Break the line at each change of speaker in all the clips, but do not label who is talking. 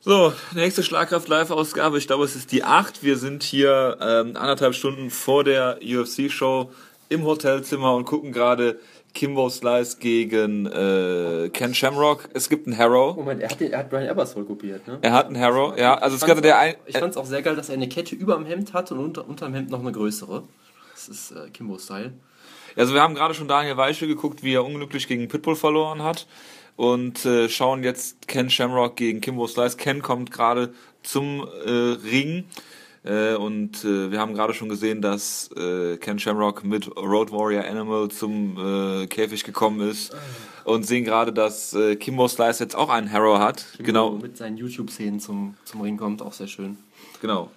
So, nächste Schlagkraft Live-Ausgabe. Ich glaube, es ist die 8. Wir sind hier ähm, anderthalb Stunden vor der UFC-Show im Hotelzimmer und gucken gerade Kimbo Slice gegen äh, Ken Shamrock. Es gibt einen Harrow.
Moment, er hat, den, er hat Brian Ebersol kopiert, ne?
Er hat einen Harrow, ja. Also es
fand's
gerade der
auch-
ein,
ich fand es auch sehr geil, dass er eine Kette über dem Hemd hat und unter, unter dem Hemd noch eine größere. Das ist äh, Kimbo-Style.
Also wir haben gerade schon Daniel Weichel geguckt, wie er unglücklich gegen Pitbull verloren hat und äh, schauen jetzt Ken Shamrock gegen Kimbo Slice. Ken kommt gerade zum äh, Ring äh, und äh, wir haben gerade schon gesehen, dass äh, Ken Shamrock mit Road Warrior Animal zum äh, Käfig gekommen ist und sehen gerade, dass äh, Kimbo Slice jetzt auch einen Harrow hat. Genau,
Mit seinen YouTube-Szenen zum, zum Ring kommt, auch sehr schön.
Genau.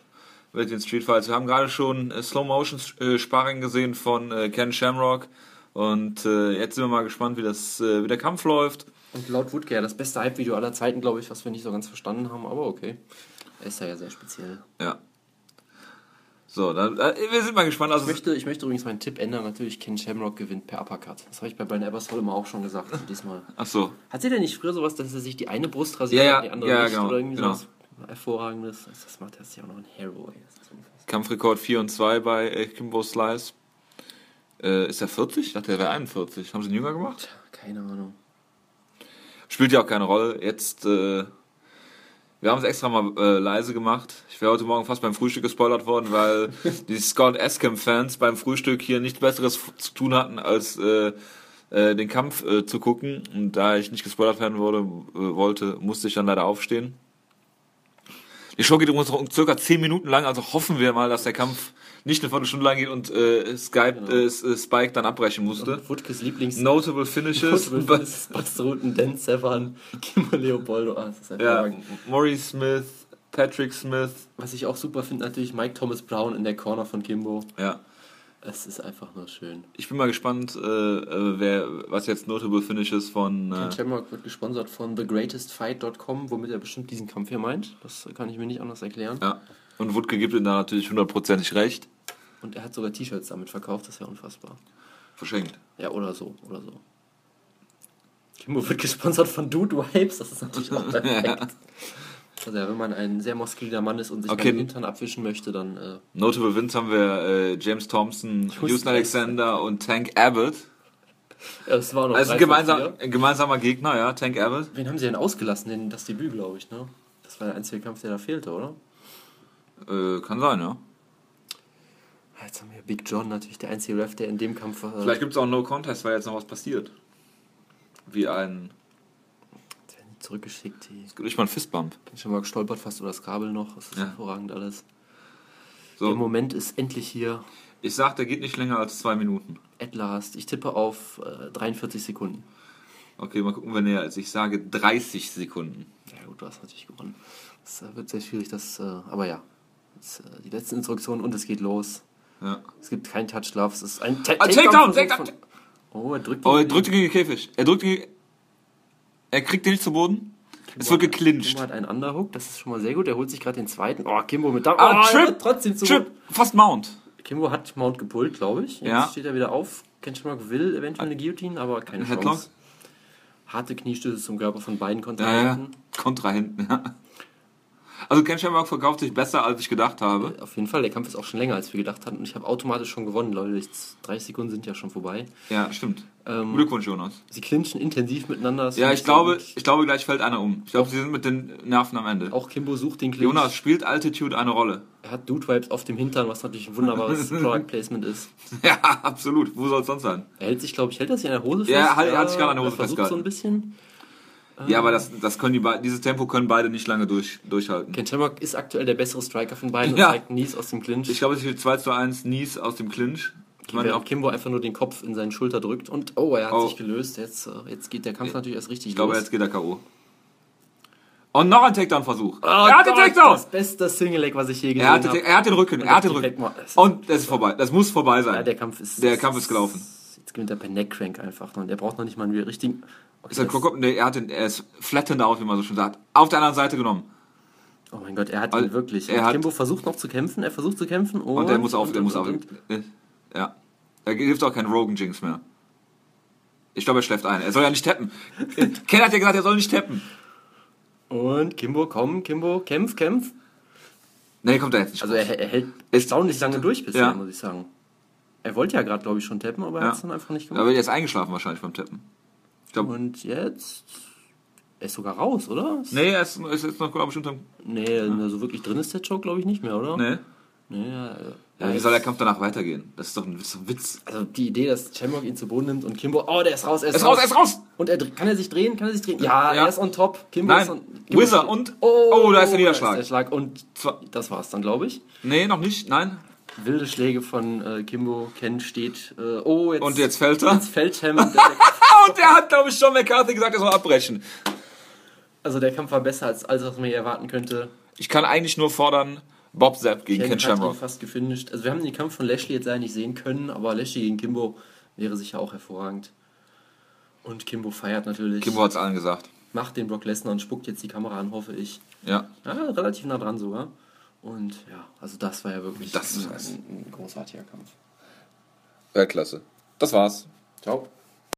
Mit den Street Fights. Wir haben gerade schon äh, Slow Motion äh, Sparring gesehen von äh, Ken Shamrock. Und äh, jetzt sind wir mal gespannt, wie, das, äh, wie der Kampf läuft.
Und laut Woodcare, das beste Hype-Video aller Zeiten, glaube ich, was wir nicht so ganz verstanden haben, aber okay. Er ist ja, ja sehr speziell.
Ja. So, dann, äh, wir sind mal gespannt. Also,
Ich möchte, ich möchte übrigens meinen Tipp ändern. Natürlich, Ken Shamrock gewinnt per Uppercut. Das habe ich bei Brian Ebersol immer auch schon gesagt. und Diesmal.
ach so.
Hat sie denn nicht früher sowas, dass er sich die eine Brust rasiert
Ja, ja,
und die andere
ja,
nicht?
genau,
Oder irgendwie
genau.
sowas Hervorragendes. Das das macht er sich auch noch ein Hero. Ey. Das ist unfassbar.
Kampfrekord 4 und 2 bei äh, Kimbo Slice. Äh, ist er 40? Ich dachte, er wäre 41. Haben sie ihn jünger gemacht?
Keine Ahnung.
Spielt ja auch keine Rolle. Jetzt, äh, wir haben es extra mal äh, leise gemacht. Ich wäre heute Morgen fast beim Frühstück gespoilert worden, weil die Scott Eskim-Fans beim Frühstück hier nichts Besseres f- zu tun hatten, als äh, äh, den Kampf äh, zu gucken. Und da ich nicht gespoilert werden wurde, äh, wollte, musste ich dann leider aufstehen. Die Show geht übrigens noch circa 10 Minuten lang, also hoffen wir mal, dass der Kampf nicht eine Viertelstunde lang geht und äh, Skype, äh, S- äh, Spike dann abbrechen musste.
Und Woodkes Lieblings...
Notable Finishes.
Bastruten, Dan Severn, Kimmo Leopoldo. Ah, das ist
Ja,
hervorragend.
Maury Smith, Patrick Smith.
Was ich auch super finde, natürlich Mike Thomas Brown in der Corner von Kimbo.
Ja,
Es ist einfach nur schön.
ich bin mal gespannt, äh, äh, wer, was jetzt Notable Finishes von.
Ken
Äh,
Shamrock wird gesponsert von thegreatestfight.com, womit er bestimmt diesen Kampf hier meint. Das kann ich mir nicht anders erklären.
ja. Und Woodke gibt ihm da natürlich hundertprozentig recht.
Und er hat sogar T-Shirts damit verkauft, das ist ja unfassbar.
Verschenkt.
Ja, oder so, oder so. Kimbo wird gesponsert von Dude Wipes, das ist natürlich auch perfekt. Also ja, wenn man ein sehr muskuliner Mann ist und sich
Okay.
okay. den Hintern abwischen möchte, dann äh,
Notable Wins haben wir äh, James Thompson, Houston Alexander und Tank Abbott.
ja, das war noch
Also
drei
ein,
von
gemeinsam,
vier.
ein gemeinsamer Gegner, ja, Tank Abbott.
Wen haben sie denn ausgelassen? Den, das Debüt, glaube ich, ne? Das war der einzige Kampf, der da fehlte, oder?
Äh, kann sein, ja.
Ah, Jetzt haben wir Big John natürlich der einzige Ref, der in dem Kampf äh, war.
Vielleicht gibt es auch einen No Contest, weil jetzt noch was passiert. Wie ein.
Der hat ihn zurückgeschickt. Die
Es gibt nicht mal einen Fistbump.
bin schon mal gestolpert, fast über das Kabel noch. Das ist
Ja.
hervorragend alles. Der
So,
Moment ist endlich hier.
ich sag, der geht nicht länger als zwei Minuten.
At last. Ich tippe auf äh, 43 Sekunden.
Okay, mal gucken, wer näher ist. Ich sage 30 Sekunden.
Ja gut, du hast natürlich gewonnen. Es äh, wird sehr schwierig, das, äh, aber ja. Das, äh, die letzten Instruktionen und es geht los.
Ja.
Es gibt keinen Touch Love, es ist ein Ta-
Ah, Takedown,
Takedown-Versuch
Takedown.
von- Oh, er drückt
Oh, er
ihn.
drückt ihn gegen den Käfig. Er drückt ihn. Er kriegt den nicht zu Boden. Es wird
Kimbo
geklincht.
hat einen Underhook, das ist schon mal sehr gut. Er holt sich gerade den zweiten. Oh, Kimbo mit Down.
Ah,
oh, er
Trip.
wird trotzdem zu.
Chip, fast Mount.
Kimbo hat Mount gepullt, glaube ich. Jetzt
Ja.
steht er wieder auf. Ken Shamrock will eventuell eine Guillotine, aber keine
Ein Headlock?
Chance. Harte Kniestöße zum Körper von beiden
Ja, ja.
Kontrahenten.
Kontrahenten, ja. Also Ken Shamrock verkauft sich besser, als ich gedacht habe.
Auf jeden Fall, der Kampf ist auch schon länger, als wir gedacht hatten. Und ich habe automatisch schon gewonnen, Leute. Jetzt 30 Sekunden sind ja schon vorbei.
Ja, stimmt.
Ähm,
Glückwunsch, Jonas.
Sie clinchen intensiv miteinander. Das
Ja,
finde
ich glaube,
sehr
ich glaube, gleich fällt einer um. Ich glaube, sie sind mit den Nerven am Ende.
gut. Auch Kimbo sucht den Clinch.
Jonas, spielt Altitude eine Rolle?
Er hat Dude Vibes auf dem Hintern, was natürlich ein wunderbares Product Placement ist.
Ja, absolut. Wo soll es sonst sein?
Er hält sich, glaube ich, hält er sich an der Hose fest.
Ja, halt, er hat- er hat sich gerade an der
Er
Hose
versucht so
festgehalten.
ein bisschen. Ähm.
Ja, aber das, das können die beiden, dieses Tempo können beide nicht lange durch, durchhalten.
Ken Shamrock ist aktuell der bessere Striker von beiden
Ja.
und zeigt Nies aus dem Clinch.
Ich glaube, es steht 2 zu 1 Nies aus dem Clinch. Ich
Während
meine, auch
Kimbo einfach nur den Kopf in seine Schulter drückt und oh, er hat
Oh.
sich gelöst. Jetzt, äh, jetzt geht der Kampf natürlich erst richtig
Ich glaube,
los.
jetzt geht er K.O. Und noch ein Takedown-Versuch.
Oh
er hat den
Gott,
Takedown!
Das beste Single-Leg, was ich je gesehen
Er hat, den,
habe.
Ta- er hat den Rücken, er
Und
hat den
die
Rücken.
Backma- es-
Und es ist vorbei. Das muss vorbei sein.
Ja, der Kampf ist.
Der Kampf ist gelaufen.
Jetzt gewinnt er per Neckcrank einfach. noch. Und er braucht noch nicht mal einen richtigen. Okay,
Ist ein
das-
Krokop, nee, er hat den, er ist flattened out, wie man so schön sagt. Auf der anderen Seite genommen.
oh mein Gott, er hat
Also,
ihn wirklich.
er
Und
hat-
Kimbo versucht noch zu kämpfen, er versucht zu kämpfen. Und,
Und er muss auf,
und-
er muss
und-
auf.
und-
äh, Ja. Er gibt auch keinen Rogan Jinx mehr. Ich glaube, er schläft ein. Er soll ja nicht tappen. Ken hat ja gesagt, er soll nicht tappen.
Und Kimbo, komm, Kimbo, kämpf, kämpf.
Nee, kommt er jetzt nicht.
Also er, er hält
Ist-
erstaunlich lange durch bisher,
Ja.
muss ich sagen. Er wollte ja gerade, glaube ich, schon tappen, aber er
Ja.
hat es dann einfach nicht
da
gemacht.
wird jetzt eingeschlafen wahrscheinlich beim Tippen. Ich glaube,
Und jetzt er ist sogar raus, oder?
nee, er ist, ist jetzt noch genau bestimmt am.
Nee, also wirklich drin ist der Joke, glaube ich, nicht mehr, oder?
Nee.
Nee, ja,
Ja, wie soll der Kampf danach weitergehen? Das ist doch ein, das ist doch ein Witz.
Also die Idee, dass Shamrock ihn zu Boden nimmt und Kimbo, oh, der ist raus, er ist,
Er ist raus, er ist raus!
Und er dr- kann er sich drehen, kann er sich drehen. Ja,
Ja.
er ist on top. Kimbo
Nein,
ist on Kimbo
Wizard
steht-
und. Oh, da ist der Niederschlag.
Da ist der Schlag und
Zwei-
das war's dann, glaube ich.
Nee, noch nicht, nein.
Wilde Schläge von äh, Kimbo, Ken steht. Äh, oh, jetzt,
Und jetzt fällt er.
jetzt fällt Shamrock. Der- der-
Ah, und der hat, glaube ich, John McCarthy gesagt, er soll abbrechen.
also der Kampf war besser als alles, was man hier erwarten könnte.
Ich kann eigentlich nur fordern, Bob Zapp gegen
Ken
Ken
hat ihn
Shamrock.
fast gefinisht. Also wir haben den Kampf von Lashley jetzt leider nicht sehen können, aber Lashley gegen Kimbo wäre sicher auch hervorragend. Und Kimbo feiert natürlich.
Kimbo hat's allen gesagt.
macht den Brock Lesnar und spuckt jetzt die Kamera an, hoffe ich.
Ja.
Ja, relativ nah dran sogar. Und ja, also das war ja wirklich
Das ist
ein,
was.
ein, ein großartiger Kampf.
Weltklasse. Das war's.
Ciao.